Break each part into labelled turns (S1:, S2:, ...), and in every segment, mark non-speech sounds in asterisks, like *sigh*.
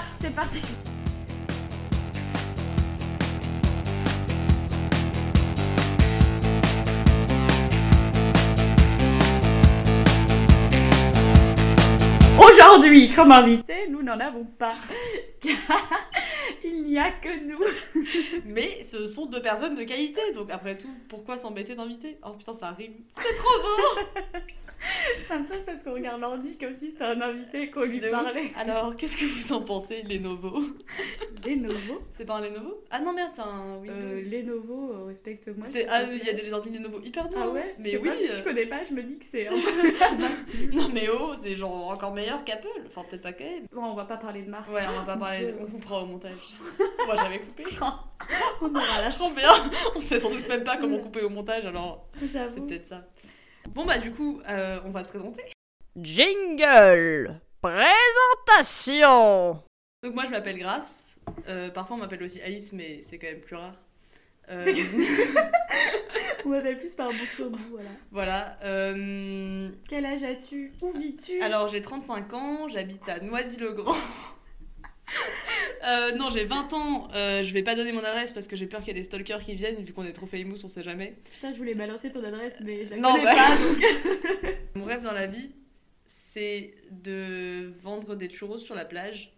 S1: 3, c'est parti. Aujourd'hui, comme invité, nous n'en avons pas, *laughs* car il n'y a que nous. *laughs*
S2: Mais ce sont deux personnes de qualité, donc après tout, pourquoi s'embêter d'inviter Oh putain, ça rime. C'est trop beau
S1: Ça me stresse parce qu'on regarde l'ordi comme si c'était un invité et qu'on lui
S2: De ouf.
S1: parlait.
S2: Alors, qu'est-ce que vous en pensez, Lenovo
S1: Lenovo
S2: C'est pas un Lenovo Ah non, merde, c'est un Windows.
S1: euh, Lenovo, euh, respecte-moi.
S2: C'est-
S1: s'il te
S2: ah, il y a
S1: plaît.
S2: des ordi Lenovo hyper bons.
S1: Ah
S2: hein.
S1: ouais Je
S2: Mais
S1: sais
S2: oui
S1: pas, Je connais pas, je me dis que
S2: *laughs*
S1: c'est.
S2: Non, mais oh, c'est genre encore meilleur qu'Apple. Enfin, peut-être pas quand même.
S1: Bon, on va pas parler de marque.
S2: Ouais, on va pas parler.
S1: Oh Dieu.
S2: On coupera au montage. *laughs* Moi, j'avais coupé.
S1: On aura la
S2: Trop bien On sait sans doute même pas comment couper au montage, alors C'est
S1: j'avoue.
S2: peut-être ça. Bon bah du coup, euh, on va se présenter.
S3: Jingle Présentation
S2: Donc moi je m'appelle Grace. Euh, parfois on m'appelle aussi Alice, mais c'est quand même plus rare. Euh,
S1: C'est On m'appelle plus par bout sur bout, voilà.
S2: *laughs* voilà. euh,
S1: Quel âge as-tu Où vis-tu
S2: alors j'ai 35 ans, j'habite à Noisy-le-Grand. *laughs* Euh, non, j'ai 20 ans, euh, je vais pas donner mon adresse parce que j'ai peur qu'il y ait des stalkers qui viennent, vu qu'on est trop famous, on sait jamais.
S1: Putain, je voulais balancer ton adresse, mais je la
S2: Non,
S1: connais
S2: bah.
S1: pas, donc...
S2: *laughs* Mon rêve dans la vie, c'est de vendre des churros sur la plage.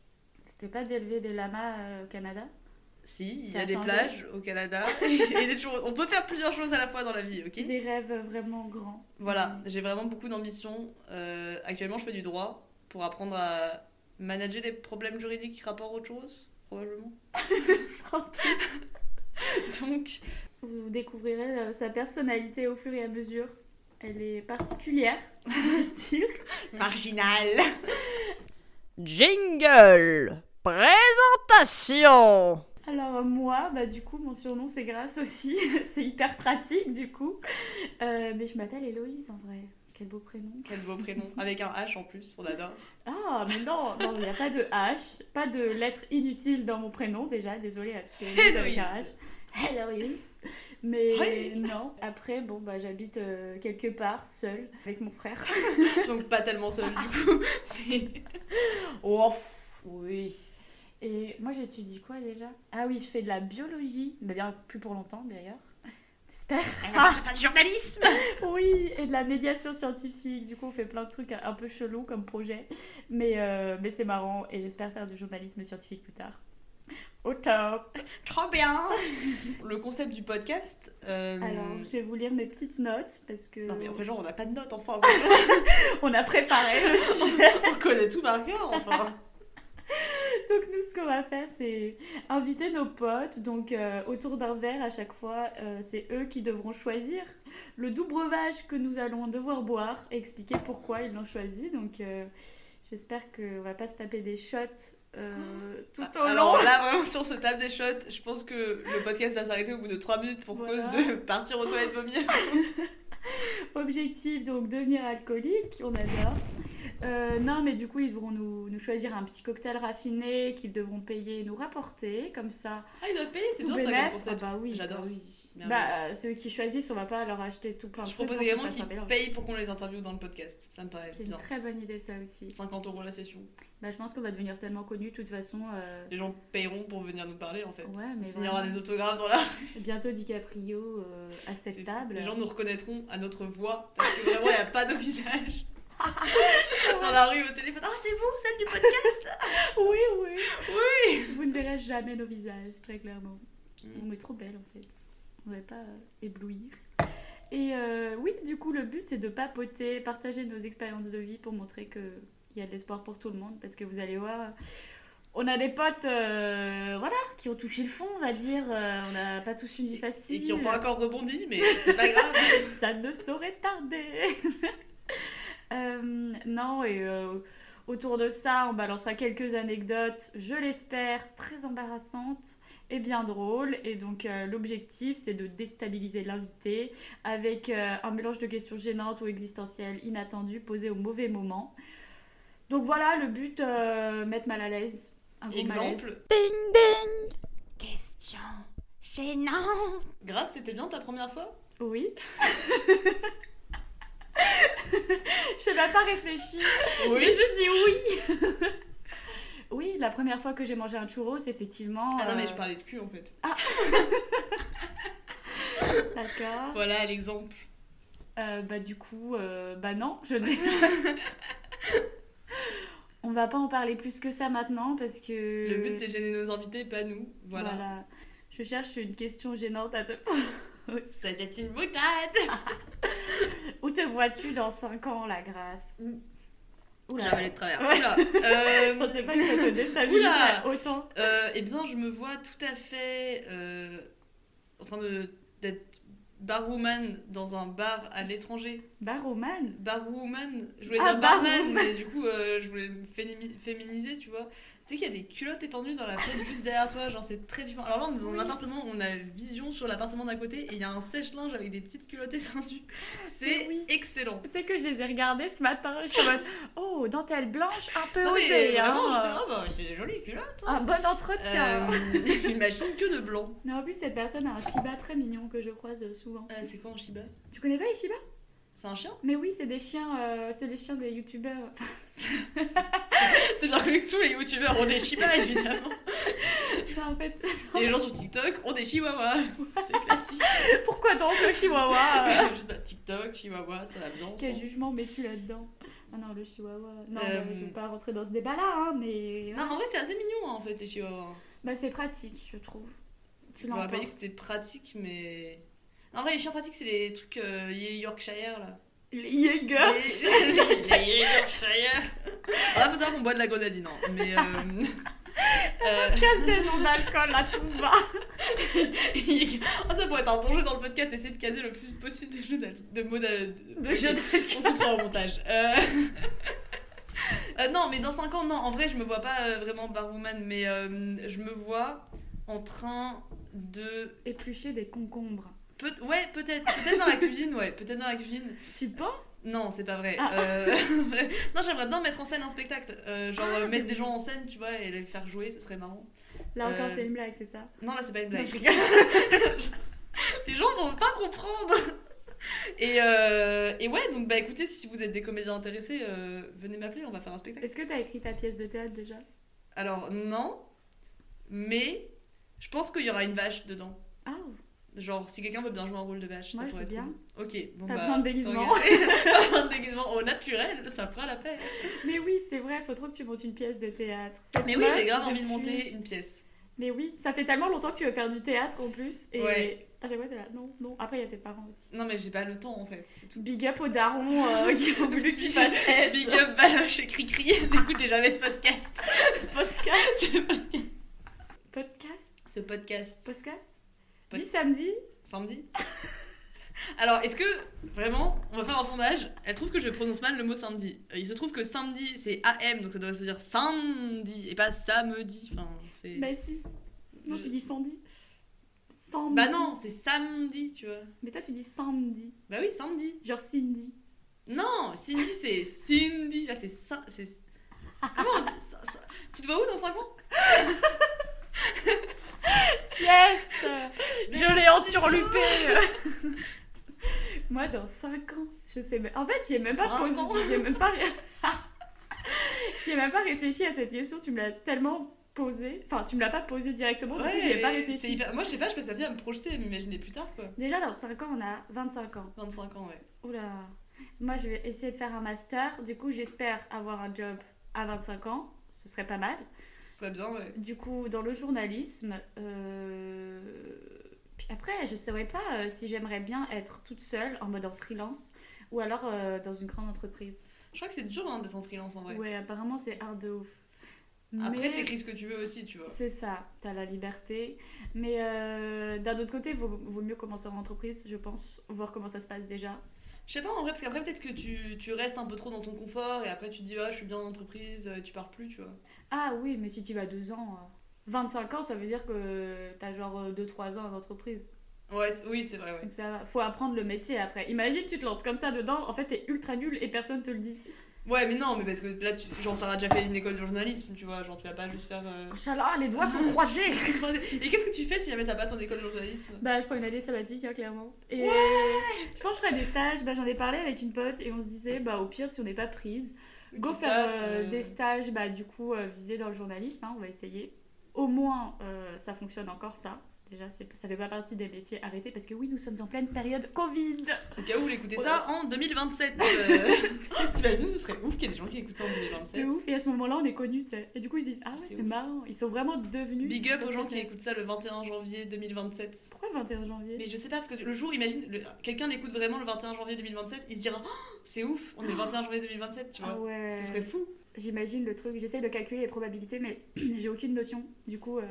S1: C'était pas d'élever des lamas euh, au Canada
S2: Si, il y
S1: Ça
S2: a
S1: a
S2: des
S1: changé.
S2: plages au
S1: *laughs*
S2: Canada et des churros. On peut faire plusieurs choses à la fois dans la vie, ok
S1: Des rêves vraiment grands. *laughs*
S2: Voilà, j'ai vraiment beaucoup d'ambition. Euh, actuellement, je fais du droit pour apprendre à manager les problèmes juridiques rapport aux choses, probablement. *laughs* Donc,
S1: Vous découvrirez euh, sa personnalité au fur et à mesure. Elle est particulière, *laughs* on va dire.
S2: marginal.
S3: Jingle Présentation
S1: Alors moi, bah du coup, mon surnom c'est Grâce aussi. *laughs* c'est hyper pratique du coup. Euh, mais je m'appelle Héloïse en vrai. Quel beau prénom.
S2: *laughs* Quel beau prénom. Avec un H en plus, on adore.
S1: Ah, mais non, non, il n'y a pas de H, pas de lettre inutile dans mon prénom déjà. Désolée à tous les Héloïse avec un H.
S2: Héloïse.
S1: Héloïse. Mais
S2: Oui.
S1: non. Après, bon, bah j'habite euh, quelque part seule avec mon frère. *laughs*
S2: Donc, pas tellement seul du coup. Mais
S1: Oh, oui. Et moi, j'étudie quoi déjà Ah oui, je fais de la biologie. Mais bien plus pour longtemps d'ailleurs. J'espère.
S2: pas de journalisme.
S1: Oui, et de la médiation scientifique. Du coup, on fait plein de trucs un peu chelous comme projet. Mais, euh, mais c'est marrant et j'espère faire du journalisme scientifique plus tard. Au top
S2: Trop bien. *laughs* Le concept du podcast. euh,
S1: Alors, je vais vous lire mes petites notes parce que
S2: Non, mais en fait, genre, on *laughs* n'a pas de notes, enfin.
S1: on a
S2: *laughs*
S1: préparé le sujet.
S2: On connaît tout par cœur, enfin.
S1: Donc, nous, ce qu'on va faire, c'est inviter nos potes. Donc, euh, autour d'un verre à chaque fois, euh, c'est eux qui devront choisir le doux breuvage que nous allons devoir boire et expliquer pourquoi ils l'ont choisi. Donc, euh, j'espère qu'on va pas se taper des shots euh, tout au long.
S2: Ah, Alors là, vraiment, si on se tape des shots, je pense que le podcast va s'arrêter au bout de 3 minutes pour
S1: Voilà.
S2: cause de partir aux toilettes vomir.
S1: Objectif, donc devenir alcoolique, on adore. Euh, non, mais du coup, ils devront nous, nous choisir un petit cocktail raffiné qu'ils devront payer et nous rapporter, comme ça.
S2: *laughs* Ah, ils doivent payer, c'est
S1: Tout
S2: bien ça comme
S1: bénef.
S2: concept.
S1: Ah bah oui,
S2: J'adore.
S1: bah
S2: Merde.
S1: Bah, euh, ceux qui choisissent, on va pas leur acheter tout plein de
S2: je
S1: trucs
S2: propose
S1: pour
S2: également
S1: fassent un
S2: qu'ils
S1: mélange.
S2: payent pour qu'on les interviewe dans le podcast. Ça me paraît
S1: C'est une
S2: bien.
S1: très bonne idée, ça aussi.
S2: 50 euros la session.
S1: Bah, je pense qu'on va devenir tellement connus, de toute façon. euh,
S2: Les gens paieront pour venir nous parler en fait.
S1: Ouais, mais
S2: Il y aura
S1: vraiment.
S2: des autographes dans la
S1: bientôt DiCaprio euh, à
S2: C'est-
S1: cette table.
S2: Les gens nous reconnaîtront à notre voix parce que vraiment il n'y a pas
S1: *laughs*
S2: de visage. dans la rue au téléphone. Ah, c'est vous, celle du podcast là
S1: Oui, oui.
S2: Oui
S1: Vous ne verrez jamais nos visages, très clairement.
S2: Mm.
S1: On est trop belles en fait. On ne va pas euh, éblouir. Et euh, oui, du coup, le but c'est de papoter, partager nos expériences de vie pour montrer qu'il y a de l'espoir pour tout le monde. Parce que vous allez voir, on a des potes euh, voilà, qui ont touché le fond, on va dire. Euh, on n'a pas tous une vie facile.
S2: Et qui n'ont pas encore rebondi, mais c'est pas grave.
S1: *laughs* Ça ne saurait tarder. *laughs* Euh, non, et euh, autour de ça, on balancera quelques anecdotes, je l'espère, très embarrassantes et bien drôles. Et donc, euh, l'objectif, c'est de déstabiliser l'invité avec euh, un mélange de questions gênantes ou existentielles inattendues posées au mauvais moment. Donc voilà, le but, euh, mettre mal à l'aise. Un gros malaise.
S2: Exemple.
S3: Question gênante
S2: Grâce, c'était bien ta première fois
S1: Oui. *laughs* Euh, Je n'ai pas réfléchi. J'ai juste dit oui. *laughs* Oui, la première fois que j'ai mangé un churros, effectivement.
S2: Ah non, mais
S1: euh,
S2: je parlais de cul en fait.
S1: D'accord.
S2: Voilà l'exemple.
S1: Euh, bah du coup, euh, bah non, je
S2: *laughs*
S1: ne... On va pas en parler plus que ça maintenant parce que...
S2: Le but c'est de gêner nos invités, pas nous. Voilà.
S1: Euh. Voilà. Je cherche une question gênante à te *laughs*
S2: C'était une boutade
S1: Où te vois-tu dans 5 ans, la grâce Oula.
S2: J'avais de travers.
S1: Ouais. *laughs*
S2: Oula
S1: Je
S2: euh,
S1: pensais pas que ça
S2: *laughs*
S1: te déstabiliserait
S2: Oula.
S1: autant.
S2: Euh, eh bien, je me vois tout à fait euh, en train de- d'être barwoman dans un bar à l'étranger.
S1: Bah, Barwoman
S2: Barwoman, je voulais
S1: Ah,
S2: dire barman,
S1: barwoman.
S2: mais du coup, euh, je voulais me fénimi- féminiser, tu vois. Tu sais qu'il y a des culottes étendues dans la fête juste derrière toi, genre c'est très vivant. Alors là, on est dans un appartement, on a vision sur l'appartement d'à côté et il y a un sèche-linge avec des petites culottes étendues. C'est
S1: Mais Eh oui.
S2: excellent.
S1: Tu sais que je les ai regardés ce matin, je suis en mode Oh, dentelle blanche, un peu
S2: Non, mais
S1: osée.
S2: vraiment,
S1: hein.
S2: j'étais là, bah, c'est des jolies culottes.
S1: Un bon entretien.
S2: Euh, *laughs* imagine que de blanc.
S1: Non, en plus, cette personne a un Shiba très mignon que je croise euh, souvent.
S2: Euh, c'est quoi un Shiba
S1: Tu connais pas les Shiba
S2: C'est un chien
S1: Mais oui, c'est des chiens, euh, c'est des chiens des youtubeurs. *laughs*
S2: C'est bien connu que tous les youtubeurs ont des *laughs* Shiba, évidemment.
S1: Enfin, en fait,
S2: Et les gens sur TikTok ont des Chihuahuas. C'est classique.
S1: *laughs* pourquoi donc le chihuahua euh,
S2: Juste bah, TikTok, Chihuahua, ça va bien.
S1: Quel
S2: ensemble.
S1: jugement mets-tu là-dedans Ah non, le chihuahua. Non,
S2: Euh,
S1: mais je vais pas rentrer dans ce débat-là, hein, mais.
S2: Non, en vrai, c'est assez mignon hein, en fait, les Chihuahuas.
S1: Bah, c'est pratique, je trouve. Tu
S2: Je m'aurais pas dit que
S1: l'emportes.
S2: c'était pratique, mais. En vrai, les chiens pratiques, c'est les trucs euh, Yorkshire là.
S1: Les Jaeger
S2: *laughs* Les, les Yorkshire Alors là, faut savoir qu'on boit de la grenadine, hein, mais. *laughs* euh,
S1: *laughs*
S2: euh,
S1: Casse des noms d'alcool à tout va
S2: *laughs* Ah, ça pourrait être un bon jeu dans le podcast, essayer de caser le plus possible de jeux d'al- de mots d'al-
S1: De
S2: *laughs*
S1: jeux
S2: On comprend au montage. Euh, *laughs* euh, non, mais dans 5 ans, non, en vrai, je me vois pas euh, vraiment barwoman, mais euh, je me vois en train de.
S1: Éplucher des concombres.
S2: Peut ouais, peut-être. Peut-être dans la cuisine, ouais. Peut-être dans la cuisine.
S1: Tu penses
S2: Non, c'est pas vrai.
S1: Ah.
S2: Euh, *laughs* non, j'aimerais bien mettre en scène un spectacle. Euh, genre,
S1: Ah,
S2: euh, mettre
S1: j'aime
S2: des gens en scène, tu vois, et les faire jouer, ce serait marrant.
S1: Là encore,
S2: Euh,
S1: c'est une blague, c'est ça
S2: Non, là, c'est pas une
S1: Non,
S2: blague.
S1: je rigole.
S2: les gens vont pas comprendre. *laughs* Et, euh, et ouais, donc bah écoutez, si vous êtes des comédiens intéressés, euh, venez m'appeler, on va faire un spectacle.
S1: Est-ce que t'as écrit ta pièce de théâtre déjà
S2: Alors non, mais je pense qu'il y aura une vache dedans.
S1: Ah,
S2: Genre, si quelqu'un veut bien jouer un rôle de vache,
S1: Moi,
S2: ça
S1: je
S2: pourrait
S1: veux
S2: être
S1: bien.
S2: cool. Ok, bon
S1: T'as
S2: bah,
S1: besoin de déguisement.
S2: t'organises- *laughs* T'as besoin de déguisement au naturel, ça fera la paix.
S1: mais oui, c'est vrai, faut trop que tu montes une pièce de théâtre. Cette
S2: Mais oui,
S1: meuf,
S2: j'ai grave envie de
S1: depuis-
S2: monter une pièce.
S1: Mais oui, ça fait tellement longtemps que tu veux faire du théâtre en plus. Et
S2: Ouais.
S1: à chaque fois, t'es là, non, non. Après, il y a tes parents aussi.
S2: Non, mais j'ai pas le temps en fait, c'est tout.
S1: Big up aux darons euh, *laughs* qui ont voulu que tu fasses S.
S2: Big up, baloche et cri-cri, *laughs* n'écoutez jamais ce podcast.
S1: *laughs*
S2: *laughs*
S1: Podcast. Podcast
S2: ce podcast.
S1: Podcast
S2: Pod-
S1: Dis samedi
S2: Samedi *laughs* Alors, est-ce que vraiment, on va faire un sondage Elle trouve que je prononce mal le mot samedi. Euh, Il se trouve que samedi, c'est AM, donc ça doit se dire samedi et pas samedi. Enfin, c'est.
S1: Bah si. Sinon,
S2: Je-
S1: tu dis samedi. Samedi.
S2: Bah non, c'est samedi, tu vois.
S1: Mais toi, tu dis samedi.
S2: Bah oui, samedi.
S1: Genre Cindy.
S2: Non, Cindy, c'est Cindy. Là, c'est. sa- c'est... Comment on dit ça, ça- Tu te vois où dans 5 ans
S1: Yes *laughs* Je l'ai enturlupé
S2: enturlupé.
S1: *laughs* Moi, dans 5 ans, je sais même... En fait, j'ai même pas
S2: Cinq
S1: posé,
S2: ans.
S1: j'ai même pas... ré- *laughs* j'ai même pas réfléchi à cette question, tu me l'as tellement posée. Enfin, tu me l'as pas posée directement, du coup, j'y ai pas
S2: mais c'est
S1: réfléchi.
S2: hyper- Moi, je sais pas, je passe ma vie à me projeter, à m'imaginer plus tard, quoi.
S1: Déjà, dans 5 ans, on a 25 ans.
S2: 25 ans, ouais.
S1: Oula Moi, je vais essayer de faire un master. Du coup, j'espère avoir un job à 25 ans. Ce serait pas mal.
S2: Ce serait bien, ouais.
S1: Du coup, dans le journalisme, euh, puis après, je ne saurais pas euh, si j'aimerais bien être toute seule en mode en freelance ou alors euh, dans une grande entreprise.
S2: Je crois que c'est dur hein, d'être en freelance en vrai.
S1: Ouais, apparemment, c'est hard de ouf.
S2: Après,
S1: Mais
S2: t'écris ce que tu veux aussi, tu vois.
S1: c'est ça, t'as la liberté. Mais euh, d'un autre côté, vaut, vaut mieux commencer en entreprise, je pense, voir comment ça se passe déjà.
S2: Je sais pas en vrai, parce qu'après peut-être que tu, tu restes un peu trop dans ton confort et après tu te dis ah je suis bien en entreprise, euh, tu pars plus, tu vois.
S1: Ah oui, mais si tu vas deux ans, euh, 25 ans, ça veut dire que t'as genre 2-3 ans en entreprise.
S2: Ouais, c'est- oui, c'est vrai, ouais.
S1: Donc ça va. faut apprendre le métier après. Imagine, tu te lances comme ça dedans, en fait, t'es ultra nul et personne te le dit.
S2: Ouais, mais non, mais parce que là, tu, genre, t'auras déjà fait une école de journalisme, tu vois, genre, tu vas pas juste faire. euh, *laughs*
S1: Inch'Allah, les doigts *laughs* sont croisés
S2: et qu'est-ce que tu fais si jamais t'as pas ton école de journalisme
S1: Bah, je prends une année sabbatique, hein, clairement. Et je pense que je ferai des stages. Bah, j'en ai parlé avec une pote et on se disait, bah, au pire, si on n'est pas prise, Go
S2: du
S1: faire
S2: taf,
S1: euh,
S2: euh,
S1: des stages, bah, du coup, euh, visés dans le journalisme, hein, on va essayer. Au moins, euh, ça fonctionne encore, ça. Déjà, c'est- ça fait pas partie des métiers arrêtés parce que oui, nous sommes en pleine période Covid.
S2: Au cas où vous l'écoutez ça en 2027. *laughs* euh, *laughs* T'imagines, ce serait ouf qu'il y ait des gens qui écoutent ça en 2027.
S1: C'est ouf. Et à ce moment-là, on est connus, tu sais. Et du coup, ils se disent Ah ouais,
S2: C'est
S1: c'est
S2: ouf.
S1: marrant. Ils sont vraiment devenus.
S2: Big up aux gens qui écoutent ça le 21 janvier 2027.
S1: Pourquoi 21 janvier
S2: Mais je sais pas, parce que le jour, imagine, le- quelqu'un l'écoute vraiment le 21 janvier 2027, il se dira Oh, c'est ouf, on est le 21 janvier 2027, tu vois.
S1: Ah ouais.
S2: Ce serait fou.
S1: J'imagine le truc. J'essaye de calculer les probabilités, mais *clears throat* j'ai aucune notion. Du coup, euh,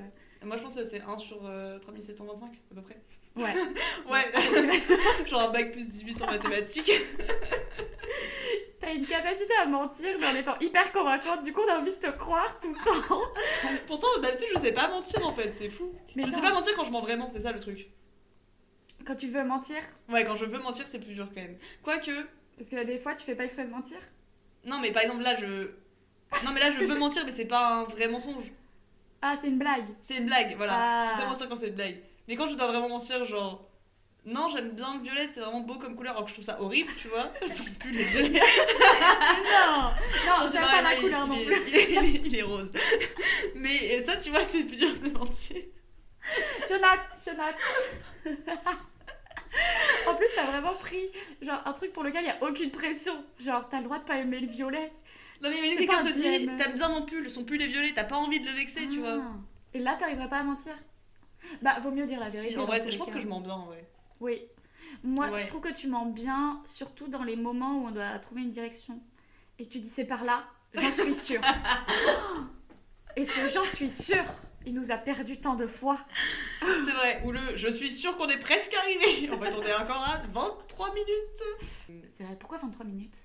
S2: Moi, je pense que c'est 1 sur euh, 3725, à peu près. *laughs*
S1: ouais.
S2: Ouais, genre un bac plus 18 en mathématiques.
S1: T'as une capacité à mentir, mais en étant hyper convaincante. Du coup, on a envie de te croire tout le temps.
S2: Pourtant, d'habitude, je sais pas mentir en fait, c'est fou.
S1: Mais
S2: je sais
S1: non.
S2: pas mentir quand je mens vraiment, c'est ça le truc.
S1: Quand tu veux mentir,
S2: Ouais, quand je veux mentir, c'est plus dur quand même. Quoique,
S1: parce que des fois, tu fais pas exprès de mentir.
S2: non, mais par exemple, là, je. Non, mais là, je veux mentir, mais c'est pas un vrai mensonge.
S1: Ah, c'est une
S2: *laughs*
S1: blague.
S2: C'est une blague, voilà.
S1: Ah.
S2: Je sais mentir quand c'est une blague. Mais quand je dois vraiment mentir, genre. Non, j'aime bien le violet, c'est vraiment beau comme couleur, alors que je trouve ça horrible,
S1: *laughs*
S2: tu vois. Ton pull est violet.
S1: Non, non,
S2: c'est
S1: j'aime
S2: pareil,
S1: Ah, pas la
S2: là,
S1: couleur
S2: il-
S1: non
S2: il
S1: plus.
S2: est- Il est, il est rose. Mais et ça, tu vois, c'est plus dur de mentir.
S1: Je note, je note. *laughs* en plus, t'as vraiment pris genre un truc pour lequel il y a aucune pression. Genre, t'as le droit de pas aimer le violet.
S2: Non, mais imagine
S1: C'est
S2: quelqu'un
S1: pas
S2: te
S1: un
S2: dit
S1: dilemme.
S2: T'aimes bien mon pull, son pull est violet, t'as pas envie de le vexer, tu vois.
S1: Ah. Et là, t'arriverais pas à mentir. Bah, vaut mieux dire la
S2: Si,
S1: vérité.
S2: en
S1: dans
S2: vrai,
S1: tous
S2: c'est- je
S1: les
S2: pense
S1: cas.
S2: que je mens bien en vrai.
S1: Oui. Moi,
S2: Ouais.
S1: je trouve que tu mens bien, surtout dans les moments où on doit trouver une direction. Et tu dis c'est par là, j'en suis
S2: *laughs*
S1: sûre. Et ce j'en suis sûre, il nous a perdu tant de fois.
S2: C'est vrai, ou le je suis sûre qu'on est presque arrivé. En fait, *laughs* on est encore à 23 minutes.
S1: C'est vrai, pourquoi 23 minutes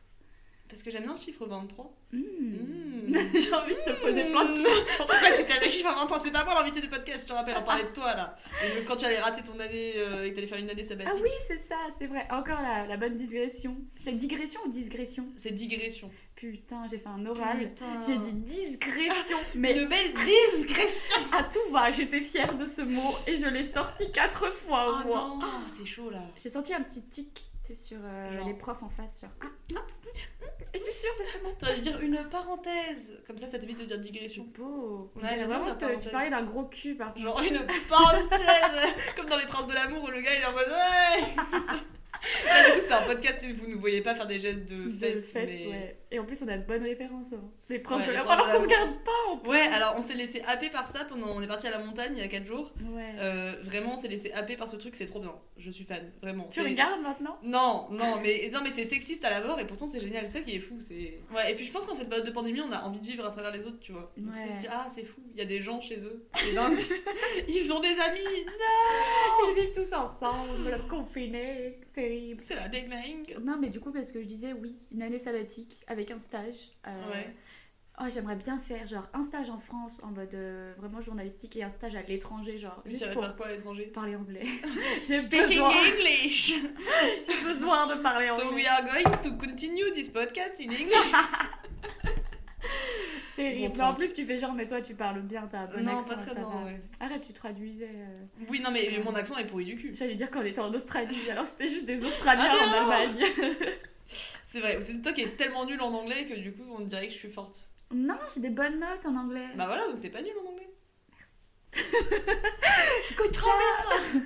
S2: Parce que j'aime bien le chiffre 23.
S1: Hmm.
S2: Mmh.
S1: *laughs* J'ai envie de te poser plein de questions.
S2: Mm. *laughs*
S1: Ah.
S2: Pourquoi j'étais le chiffre 23 C'est pas moi l'invité du podcast, je te rappelle, on parlait de toi là. Et le- quand tu allais rater ton année euh, et que t'allais faire une année
S1: Ah
S2: sabbatique,
S1: oui, c'est ça, c'est vrai. Encore la, la bonne digression. C'est digression ou digression
S2: c'est digression.
S1: Putain, j'ai fait un oral.
S2: Putain.
S1: J'ai dit digression, mais
S2: Une belle
S1: *laughs*
S2: digression
S1: à tout va, j'étais fière de ce mot et je l'ai sorti quatre fois au
S2: Oh
S1: moins.
S2: non, c'est chaud là.
S1: J'ai senti un petit tic, tu sais, sur euh,
S2: Genre.
S1: les profs en face, genre Ah, ah, *laughs* es-tu sûr de ce mot
S2: T'aurais dû dire une parenthèse. Comme ça, ça t'évite de dire digression.
S1: beau
S2: Ouais, j'aime bien
S1: vraiment
S2: ta
S1: que tu
S2: parenthèse.
S1: parlais d'un gros cul, par
S2: Genre une parenthèse *laughs* Comme dans Les Princes de l'amour où le gars il est en mode Ouais *laughs* Là, du coup, c'est un podcast et vous ne voyez pas faire des gestes de
S1: de
S2: fesses.
S1: fesses,
S2: mais... ouais.
S1: ouais. Et en plus, on a de bonnes références. hein. Les profs
S2: Ouais,
S1: de
S2: les
S1: la
S2: profs de
S1: alors qu'on
S2: l'amour.
S1: regarde pas, en plus.
S2: alors on s'est laissé happer par ça pendant. On est parti à la montagne il y a 4 jours.
S1: Ouais.
S2: Euh, vraiment, on s'est laissé happer par ce truc, c'est trop bien. Je suis fan, vraiment.
S1: tu
S2: C'est-
S1: regardes maintenant
S2: Non, non, mais non, mais c'est sexiste à la mort et pourtant c'est génial, c'est ça qui est fou, c'est. Ouais, et puis je pense qu'en cette période de pandémie, on a envie de vivre à travers les autres, tu vois. Donc
S1: Ouais.
S2: c'est dit, ah c'est fou, il y a des gens chez eux, c'est
S1: *laughs*
S2: dingue. ils ont des amis, Oh!
S1: Ils vivent tous ensemble, confinés, terrible.
S2: c'est la déglingue.
S1: Non, mais du coup, parce que je disais, oui, une année sabbatique avec un stage. euh,
S2: Ouais.
S1: oh, j'aimerais bien faire genre un stage en France en mode euh, vraiment journalistique et un stage à l'étranger, genre
S2: Tu
S1: juste
S2: irais
S1: pour
S2: faire quoi à l'étranger
S1: parler
S2: *laughs*
S1: anglais. *laughs* J'ai
S2: Speaking
S1: besoin,
S2: English!
S1: j'ai besoin de parler
S2: *laughs* So
S1: anglais.
S2: we are going to continue this podcast
S1: *laughs*
S2: in English!
S1: Terrible.
S2: Bon,
S1: Mais en
S2: punk.
S1: plus, tu fais genre, mais toi, tu parles bien, t'as un bon
S2: non,
S1: accent,
S2: pas
S1: ça
S2: très bien,
S1: va.
S2: ouais.
S1: Arrête, tu traduisais. euh.
S2: Oui, non, mais mon accent est pourri du cul.
S1: J'allais dire qu'on était en Australie, alors que c'était juste des Australiens
S2: Ah, mais
S1: en
S2: alors
S1: Allemagne. *laughs*
S2: C'est vrai, c'est toi qui es tellement nulle en anglais que du coup on dirait que je suis forte.
S1: non, j'ai des bonnes notes en anglais.
S2: Bah voilà, donc t'es pas nulle en anglais.
S1: Good job.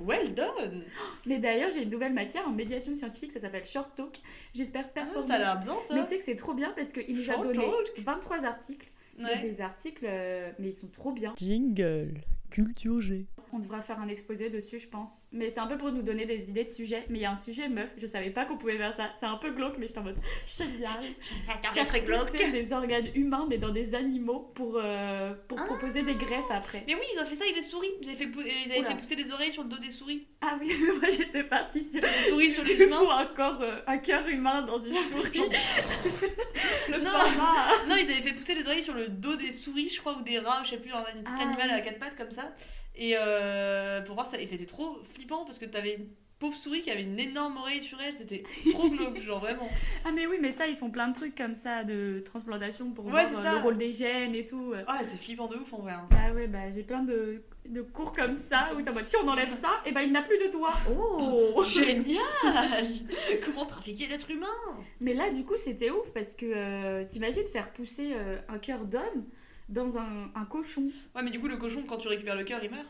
S2: Well done!
S1: Mais d'ailleurs, j'ai une nouvelle matière en médiation scientifique, ça s'appelle Short Talk. J'espère
S2: Ah,
S1: performer.
S2: ça a l'air bien ça!
S1: mais tu sais que c'est trop bien parce qu'il nous a
S2: Short
S1: donné
S2: Talk
S1: 23 articles.
S2: Ouais.
S1: Et Des articles, euh, mais ils sont trop bien.
S3: Jingle. Culture G.
S1: On devra faire un exposé dessus, je pense. Mais c'est un peu pour nous donner des idées de sujets. Mais il y a un sujet, meuf, je savais pas qu'on pouvait faire ça. C'est un peu glauque, mais je en mode, génial. Faire pousser des organes humains, mais dans des animaux pour, euh, pour
S2: Ah.
S1: proposer des greffes après.
S2: Mais oui, ils ont fait ça avec les souris. Ils avaient fait, pou- ils avaient
S1: Oula.
S2: fait pousser des oreilles sur le dos des *laughs* souris.
S1: Ah oui, *laughs* moi j'étais partie sur.
S2: Des souris sur
S1: Tu
S2: les humains.
S1: fous un corps, euh, un cœur humain dans
S2: *laughs*
S1: une souris. Le
S2: Non.
S1: format.
S2: *laughs* Non, ils avaient fait pousser les oreilles sur le dos des souris, je crois, ou des rats, je sais plus, un, un petit
S1: Ah,
S2: animal
S1: oui.
S2: à quatre pattes comme ça. Et euh, pour voir ça, et c'était trop flippant parce que t'avais pauvre souris qui avait une énorme oreille sur elle, c'était trop glauque, genre vraiment.
S1: Ah mais oui, mais ça, ils font plein de trucs comme ça, de transplantation pour
S2: Ouais,
S1: voir
S2: c'est
S1: euh,
S2: ça.
S1: le rôle des gènes et tout.
S2: *laughs*
S1: euh.
S2: Ah, c'est flippant de ouf en vrai. hein.
S1: Ah ouais, bah j'ai plein de, de cours comme ça, où t'es en mode, si on enlève ça, et ben il n'a plus de doigts. Oh
S2: Génial *laughs* Comment trafiquer l'être humain
S1: *laughs* Mais là, du coup, c'était ouf, parce que euh, t'imagines faire pousser euh, un cœur d'homme dans un, un cochon.
S2: Ouais, mais du coup, le cochon, quand tu récupères le cœur, il meurt.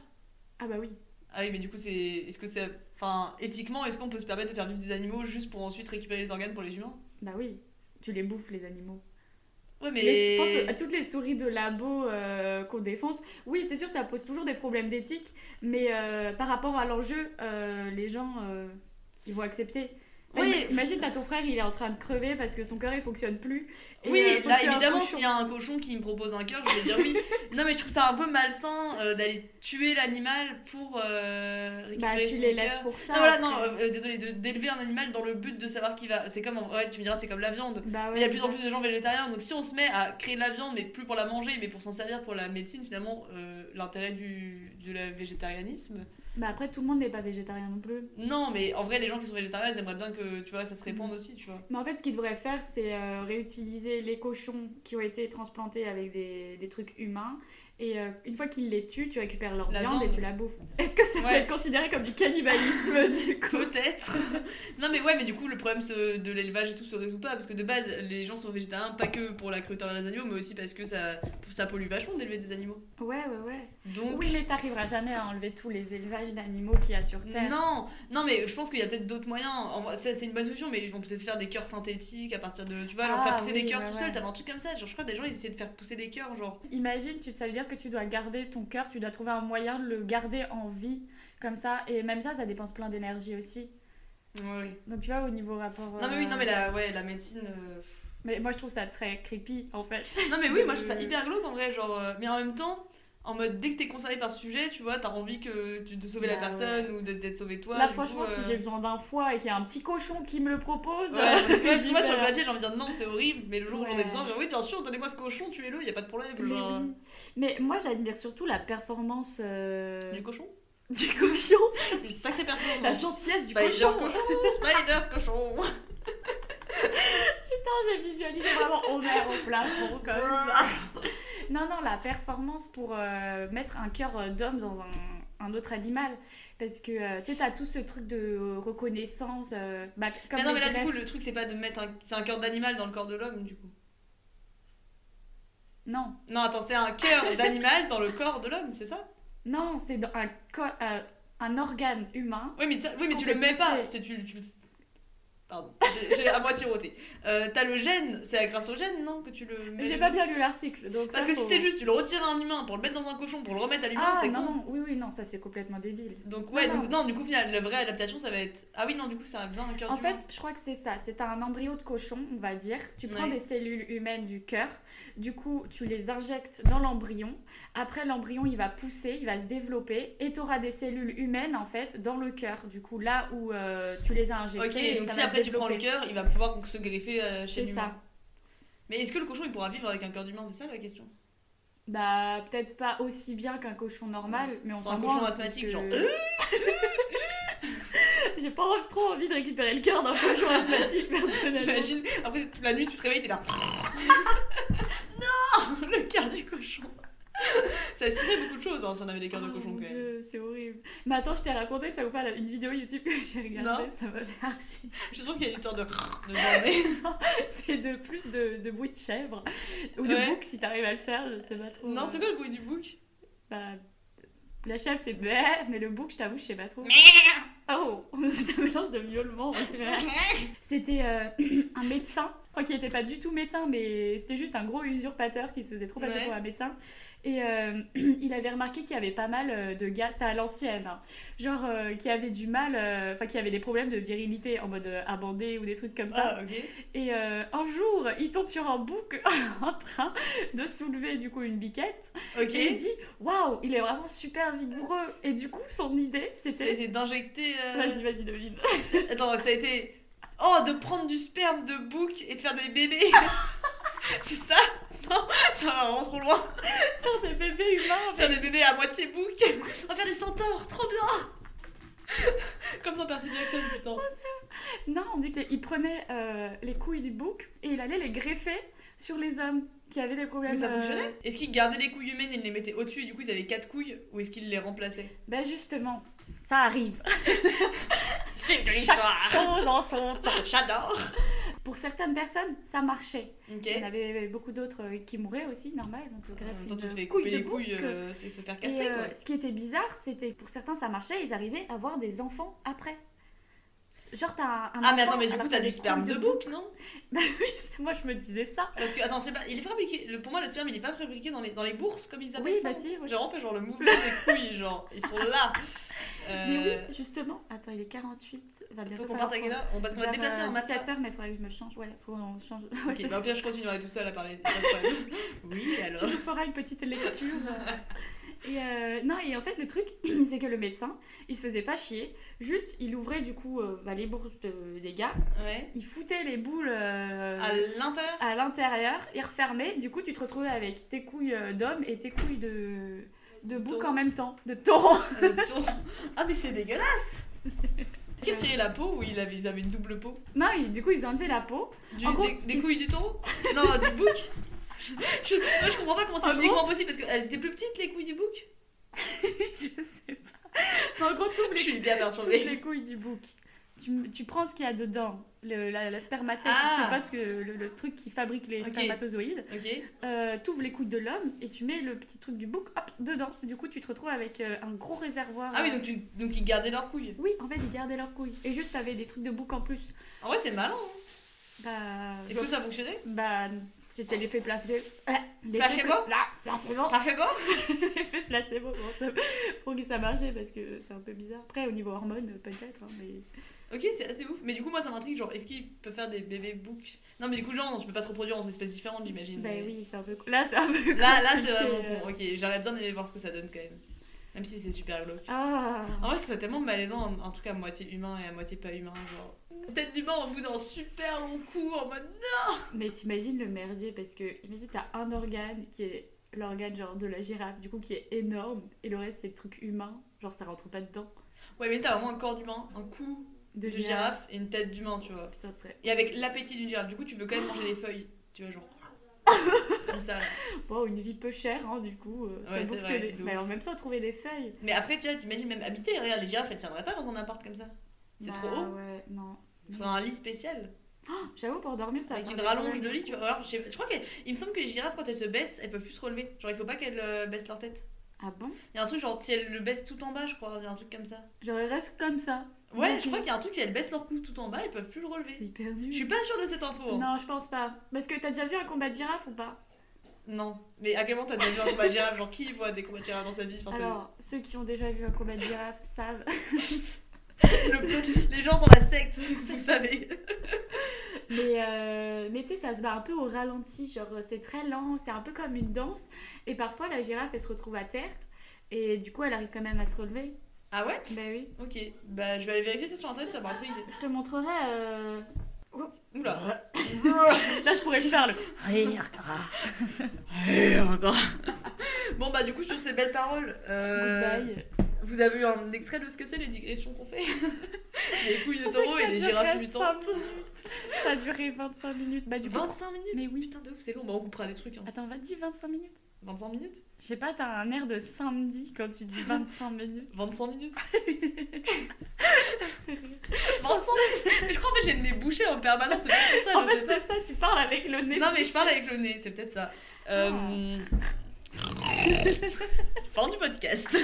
S1: Ah bah oui.
S2: Ah oui, mais du coup, c'est. Est-ce que c'est. Enfin, éthiquement, est-ce qu'on peut se permettre de faire vivre des animaux juste pour ensuite récupérer les organes pour les humains
S1: Bah oui, tu les bouffes les animaux.
S2: Ouais, mais.
S1: Mais je pense à toutes les souris de labo euh, qu'on défonce. Oui, c'est sûr, ça pose toujours des problèmes d'éthique, mais euh, par rapport à l'enjeu, euh, les gens, euh, ils vont accepter. Enfin,
S2: Oui.
S1: ima- imagine, t'as ton frère, il est en train de crever parce que son cœur, il fonctionne plus. Et,
S2: Oui,
S1: euh, faut
S2: là
S1: tuer un
S2: évidemment,
S1: cochon.
S2: s'il y a un cochon qui me propose un cœur, je vais dire
S1: *laughs*
S2: oui. non, mais je trouve ça un peu malsain euh, d'aller tuer l'animal pour euh,
S1: Bah,
S2: récupérer
S1: tu
S2: son
S1: les
S2: cœur.
S1: laisses pour ça.
S2: non, voilà, non,
S1: après.
S2: euh, euh, désolé, de- d'élever un animal dans le but de savoir qu'il va. C'est comme, en- ouais, tu me diras, c'est comme la viande.
S1: Bah ouais,
S2: Mais il y a de
S1: c'est
S2: plus en
S1: ça.
S2: plus de gens végétariens, donc si on se met à créer de la viande, mais plus pour la manger, mais pour s'en servir pour la médecine, finalement, euh, l'intérêt du, du la- végétarianisme.
S1: Bah après, tout le monde n'est pas végétarien non plus.
S2: Non, mais en vrai, les gens qui sont végétariens, ils aimeraient bien que tu vois, ça se répande aussi, tu vois.
S1: Mais en fait, ce qu'ils devraient faire, c'est euh, réutiliser les cochons qui ont été transplantés avec des, des trucs humains. Et euh, une fois qu'ils les tuent, tu récupères leur
S2: La
S1: viande,
S2: viande.
S1: et tu la bouffes. *laughs* Est-ce que ça peut
S2: Ouais.
S1: être considéré comme du cannibalisme *laughs* du coup
S2: Peut-être. *laughs* non mais ouais, mais du coup le problème se- de l'élevage et tout se résout pas parce que de base les gens sont végétariens pas que pour la cruauté envers les animaux, mais aussi parce que ça, ça pollue vachement d'élever des animaux.
S1: Ouais, ouais, ouais.
S2: Donc
S1: Oui, mais t'arriveras jamais à enlever tous les élevages d'animaux qu'il y a sur Terre.
S2: non, non mais je pense qu'il y a peut-être d'autres moyens. En vrai, ça, C'est une bonne solution, mais ils vont peut-être faire des cœurs synthétiques à partir de tu vois, genre
S1: Ah,
S2: faire pousser
S1: oui,
S2: des cœurs
S1: ouais,
S2: tout
S1: ouais.
S2: seul. T'avais un truc comme ça. Genre je crois que des gens ils essaient de faire pousser des cœurs genre.
S1: Imagine, tu, ça veut dire que tu dois garder ton cœur, tu dois trouver un moyen de le garder en vie, comme ça. Et même ça, ça dépense plein d'énergie aussi.
S2: Ouais, ouais.
S1: Donc tu vois, au niveau rapport...
S2: Non mais oui,
S1: euh,
S2: non mais la ouais la médecine. euh,
S1: Mais moi, je trouve ça très creepy, en fait.
S2: Non mais oui, moi je trouve ça hyper glauque en vrai, genre euh, mais en même temps en mode dès que t'es concerné par ce sujet, tu vois, t'as envie que tu de sauver la
S1: Bah,
S2: personne ou de- d'être sauvé toi.
S1: Là,
S2: du
S1: franchement,
S2: coup, euh,
S1: si j'ai besoin d'un foie et qu'il y a un petit cochon qui me le propose,
S2: Ouais,
S1: *laughs* euh,
S2: ouais, parce que
S1: j'y
S2: *laughs* moi sur le
S1: vais.
S2: papier j'ai envie de dire non c'est horrible mais le jour où j'en ai
S1: Ouais.
S2: besoin je vais dire oui bien sûr donnez-moi ce cochon tuez-le y a pas de problème
S1: Mais,
S2: genre,
S1: oui. Mais moi, j'admire surtout la performance euh,
S2: euh, du cochon
S1: du cochon,
S2: *laughs* une sacrée performance
S1: la gentillesse du
S2: Spider
S1: cochon. *laughs*
S2: cochon Spider cochon
S1: Putain, Ah, j'ai visualisé vraiment Homer au
S2: *laughs*
S1: plafond comme ça. Non, non, la performance pour euh, mettre un cœur d'homme dans un, un autre animal. Parce que euh, tu sais, t'as tout ce truc de euh, reconnaissance. euh, bah, comme
S2: mais non
S1: les
S2: mais là du
S1: greffes.
S2: coup le truc c'est pas de mettre un... c'est un cœur d'animal dans le corps de l'homme du coup
S1: Non,
S2: non attends c'est un cœur d'animal dans le corps de l'homme c'est ça
S1: non, c'est dans un, co- euh, un organe humain.
S2: Oui, mais, ça- oui, mais
S1: Qu'on
S2: tu
S1: fait
S2: le mets pas.
S1: pousser.
S2: C'est tu, tu le. Pardon, *laughs* j'ai- j'ai à moitié roté. Euh, T'as le gène, c'est grâce au gène, non Que tu le mets.
S1: J'ai pas bien lu l'article. donc
S2: Parce
S1: ça,
S2: que si
S1: faut-
S2: c'est juste, tu le retires à un humain pour le mettre dans un cochon, pour le remettre à l'humain,
S1: Ah
S2: c'est
S1: non,
S2: con.
S1: non, oui, oui, non, ça c'est complètement débile.
S2: Donc, ouais,
S1: Non,
S2: donc- non. du coup, finalement, la vraie adaptation, ça va être. Ah oui, non, du coup, ça a bien un cœur
S1: En
S2: d'humain.
S1: fait, je crois que c'est ça. C'est un embryo de cochon, on va dire. Tu prends
S2: Ouais.
S1: des cellules humaines du cœur. Du coup, tu les injectes dans l'embryon. Après, l'embryon, il va pousser, il va se développer. Et tu auras des cellules humaines, en fait, dans le cœur. Du coup, là où euh, tu les as injectées. et
S2: Ok, donc
S1: ça
S2: si
S1: va se
S2: après tu prends le
S1: développer.
S2: cœur, il va pouvoir se greffer euh, chez
S1: C'est ça.
S2: l'humain. Mais est-ce que le cochon il pourra vivre avec un cœur d'humain C'est ça la question
S1: Bah, peut-être pas aussi bien qu'un cochon normal, mais on
S2: C'est
S1: s'en
S2: un cochon
S1: branle,
S2: asthmatique,
S1: parce que- *laughs*
S2: genre.
S1: J'ai pas trop envie de récupérer le cœur d'un cochon asthmatique, personnellement.
S2: T'imagines Après, toute la nuit, tu te réveilles,
S1: *laughs*
S2: t'es là. non Le cœur du cochon Ça expliquait beaucoup de choses hein, si on avait des cœurs de
S1: Oh
S2: cochon
S1: mon
S2: quand même.
S1: Dieu, C'est horrible. Mais attends, je t'ai raconté ça ou pas, là, une vidéo YouTube que j'ai regardée,
S2: Non.
S1: ça m'a fait archi.
S2: Je suis sûre qu'il y a une histoire de. de journée.
S1: C'est de plus de, de bruit de chèvre ou de
S2: Ouais.
S1: bouc si t'arrives à le faire, je sais pas trop.
S2: non, c'est quoi le bruit du bouc
S1: Bah, La chèvre c'est bleh, mais le bouc, je t'avoue, je sais pas trop. Oh, *laughs* c'est un mélange de miaulement.
S2: *laughs*
S1: C'était euh, *clears throat* un médecin, je crois qu'il était pas du tout médecin, mais c'était juste un gros usurpateur qui se faisait trop passer
S2: Ouais.
S1: pour un médecin. Et euh, *clears throat* il avait remarqué qu'il y avait pas mal euh, de gars, c'était à l'ancienne, hein, genre euh, qui avaient du mal, euh, enfin qui avaient des problèmes de virilité en mode euh, abandé ou des trucs comme ça.
S2: Ah, ok.
S1: Et euh, un jour, il tombe sur un bouc *laughs* en train de soulever du coup une biquette
S2: Ok.
S1: et il se dit waouh, il est vraiment super vigoureux. Et du coup, son idée
S2: C'est
S1: c'était.
S2: c'est d'injecter. euh,
S1: Vas-y, vas-y, devine.
S2: Attends, ça a été. Oh, de prendre du sperme de bouc et de faire
S1: *laughs*
S2: des bébés C'est ça Non, ça va vraiment trop loin. *laughs*
S1: Faire des bébés humains, en fait.
S2: Faire des bébés à moitié bouc. On va faire des centaures, trop bien Comme dans Percy Jackson, putain.
S1: Non, on dit qu'il prenait euh, les couilles du bouc et il allait les greffer sur les hommes qui avaient des problèmes.
S2: Mais ça
S1: euh,
S2: fonctionnait Est-ce qu'ils gardaient les couilles humaines et les mettaient au-dessus et du coup ils avaient quatre couilles ou est-ce qu'ils les remplaçaient
S1: Ben justement, ça *laughs* arrive.
S2: C'est une
S1: Chose en son temps.
S2: *laughs* J'adore
S1: Pour certaines personnes, ça marchait.
S2: Ok.
S1: Il y en avait beaucoup d'autres euh, qui mouraient aussi, normal. On te
S2: En
S1: greffe
S2: même temps, tu
S1: une
S2: te fais
S1: couille
S2: couper
S1: de
S2: les
S1: bouc.
S2: couilles, euh, c'est se faire
S1: Et,
S2: castrer
S1: euh,
S2: quoi.
S1: ce qui était bizarre, c'était pour certains ça marchait, ils arrivaient à avoir des enfants après. Genre t'as un
S2: Ah,
S1: enfant,
S2: mais attends, mais du
S1: alors
S2: coup, t'as
S1: des
S2: du sperme
S1: couilles
S2: de bouc, non
S1: Bah oui, c'est- *laughs* moi je me disais ça.
S2: Parce que, attends, c'est pas. Il est fabriqué. le- Pour moi, le sperme, il est pas fabriqué dans les, dans les bourses, comme ils appellent
S1: Oui,
S2: ça.
S1: bah si, moi, je-
S2: Genre, on fait genre le mouvement
S1: *laughs*
S2: des couilles, genre, ils sont là.
S1: Mais
S2: Euh,
S1: oui, justement, attends, il est 48, va bientôt
S2: faut qu'on
S1: falloir
S2: parte à quelle
S1: prendre-
S2: heure On- Parce qu'on va te
S1: vers,
S2: déplacer
S1: euh,
S2: en masse.
S1: 17 heures, mais il faudrait que je me change. Ouais, faut en change. Ouais,
S2: Ok,
S1: c'est
S2: bah
S1: ça.
S2: au pire, je continuerai tout seul à parler. Pas de problème.
S1: *laughs*
S2: oui, alors.
S1: Tu nous feras une petite lecture.
S2: *laughs*
S1: et euh, non, et en fait, le truc, *clears throat* c'est que le médecin, il se faisait pas chier. Juste, il ouvrait du coup euh, bah, les bourses de- des gars,
S2: Ouais.
S1: il foutait les boules euh,
S2: À l'intérieur
S1: à l'intérieur, il refermait. Du coup, tu te retrouvais avec tes couilles euh, d'homme et tes couilles de, de bouc
S2: Taureau.
S1: en même temps, de taureau. *laughs*
S2: euh, sur- Ah, mais c'est dégueulasse Qui retirait la peau ou il avait, ils avaient une double peau
S1: Non, il- du coup, ils enlevaient la peau. *laughs*
S2: Du-
S1: En gros,
S2: des, des couilles du taureau Non, du bouc je, moi, je comprends pas comment
S1: En
S2: c'est physiquement possible parce qu'elles étaient plus petites les couilles du bouc.
S1: je sais pas. En gros, tous
S2: Je
S1: les
S2: suis bien
S1: Toutes
S2: perturbée.
S1: les couilles du bouc. Tu, tu prends ce qu'il y a dedans, le- la, la spermatèque,
S2: Ah.
S1: je sais pas ce que le, le truc qui fabrique les
S2: Ok.
S1: spermatozoïdes.
S2: *laughs* Ok.
S1: Euh, T'ouvres les couilles de l'homme et tu mets le petit truc du bouc hop, dedans. Du coup, tu te retrouves avec euh, un gros réservoir.
S2: Ah oui, donc, tu, donc ils gardaient leurs couilles.
S1: Oui, en fait, ils gardaient leurs couilles. Et juste, t'avais des trucs de bouc en plus.
S2: En vrai, c'est malin. hein.
S1: Bah.
S2: Est-ce que ça fonctionnait
S1: Bah. C'était l'effet placebo. Ah, l'effet
S2: Placebo
S1: pla- Là, placebo. *laughs*
S2: Parfait, bon
S1: L'effet placebo. Bon, ça- pour que ça marchait parce que c'est un peu bizarre. Après, au niveau hormones, peut-être, hein, mais.
S2: Ok, c'est assez ouf. Mais du coup, moi, ça m'intrigue. Genre, est-ce qu'ils peuvent faire des bébés boucs Non, mais du coup, genre, je peux pas trop produire en espèces différentes, j'imagine.
S1: Bah
S2: Mais
S1: oui, c'est un peu. Là, c'est un peu. *laughs*
S2: Là, là c'est
S1: compliqué,
S2: vraiment con. Ok, j'aurais bien aimé voir ce que ça donne quand même. Même si c'est super glauque.
S1: Ah.
S2: En vrai, c'est tellement malaisant, en, en tout cas à moitié humain et à moitié pas humain. Genre, tête d'humain au bout d'un super long coup en mode.
S1: Mais t'imagines le merdier parce que imagine t'as un organe qui est l'organe genre de la girafe du coup qui est énorme et le reste c'est le truc humain genre ça rentre pas dedans
S2: Ouais, mais t'as vraiment un corps d'humain, un cou
S1: de, Oh,
S2: de girafe et une tête d'humain, tu vois.
S1: Putain, ce serait
S2: Et avec l'appétit d'une girafe, du coup, tu veux quand même manger les feuilles, tu vois, genre. Comme ça. là.
S1: bon une vie peu chère hein, du coup euh,
S2: Ouais,
S1: t'as bouffé
S2: c'est vrai,
S1: des-
S2: de
S1: mais en même temps trouver des feuilles
S2: Mais après, tu vois, t'imagines même habiter, regarde, les girafes, elles tiendraient pas dans un appart comme ça. C'est
S1: Bah,
S2: trop haut.
S1: ouais non Ah,
S2: Faudrait un lit spécial.
S1: j'avoue pour dormir ça
S2: avec
S1: va
S2: une
S1: faire
S2: rallonge
S1: mal.
S2: de lit, tu vois. Alors, je, sais pas- je crois qu'il me semble que les girafes, quand elles se baissent, elles peuvent plus se relever. Genre, il faut pas qu'elles euh, baissent leur tête.
S1: ah bon
S2: Il y a un truc, genre, si elles le baissent tout en bas, je crois, il y a un truc comme ça.
S1: j'aurais reste comme ça
S2: Ouais,
S1: Ok.
S2: je crois qu'il y a un truc, si elles baissent leur cou tout en bas, elles peuvent plus le
S1: c'est
S2: relever.
S1: hyper nul
S2: Je suis pas sûre de cette info. hein.
S1: non je pense pas parce que t'as déjà vu un combat de girafe ou pas
S2: Non. Mais à quel moment t'as déjà vu un combat de girafe Genre, qui voit des combats de girafe dans sa vie Enfin, c'est-
S1: alors ceux qui ont déjà vu un combat de girafe savent
S2: le- Les gens dans la secte, *laughs* vous savez.
S1: Mais, euh, mais tu sais, ça se bat un peu au ralenti, genre euh, c'est très lent, c'est un peu comme une danse. Et parfois, la girafe, elle se retrouve à terre, et du coup, elle arrive quand même à se relever.
S2: Ah ouais
S1: Bah oui.
S2: Ok. Bah, je vais aller vérifier ça sur internet, ça m'intrigue.
S1: Je te montrerai. euh,
S2: *laughs* Oula.
S1: Là, je pourrais le faire. le-
S3: Rire gras.
S2: *laughs* Bon, bah, du coup, sur ces belles paroles, euh,
S1: *laughs* Goodbye.
S2: vous avez eu un extrait de ce que c'est les digressions qu'on fait *laughs* Les couilles de
S1: C'est vrai
S2: taureau
S1: que
S2: et
S1: ça durait
S2: les girafes
S1: 5
S2: mutantes.
S1: minutes. Ça a duré 25 minutes. Bah, du coup.
S2: 25 minutes
S1: Mais oui.
S2: Putain de ouf, c'est long. Bah, on coupera des trucs. Hein.
S1: Attends, va dis 25 minutes.
S2: 25 minutes
S1: Je sais pas, t'as un air de samedi quand tu dis 25
S2: *laughs*
S1: minutes.
S2: 25 minutes
S1: C'est rire.
S2: 25 minutes Mais je crois en fait j'ai le nez bouché en permanence, c'est pas pour ça,
S1: En
S2: je
S1: fait,
S2: sais pas.
S1: c'est ça, tu parles avec le nez. Ah.
S2: Non mais je parle avec le nez, c'est peut-être ça. Euh, fin du podcast.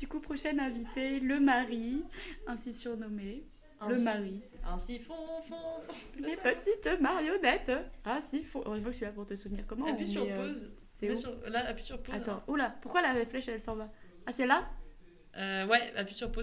S1: Du coup, prochaine invitée, le mari, ainsi surnommé. Le
S2: Ainsi-
S1: mari.
S2: Ainsi fond, fond, fond. c'est pas
S1: Les
S2: ça
S1: petites marionnettes. Ah si, faut... heureusement que je suis là pour te souvenir. Comment
S2: Appuie
S1: on
S2: sur
S1: met, euh,
S2: pause.
S1: C'est
S2: Appuie
S1: où
S2: sur- Là, appuie sur pause.
S1: Attends, oula, pourquoi la flèche elle s'en va Ah c'est là
S2: Euh, ouais, appuie sur pause.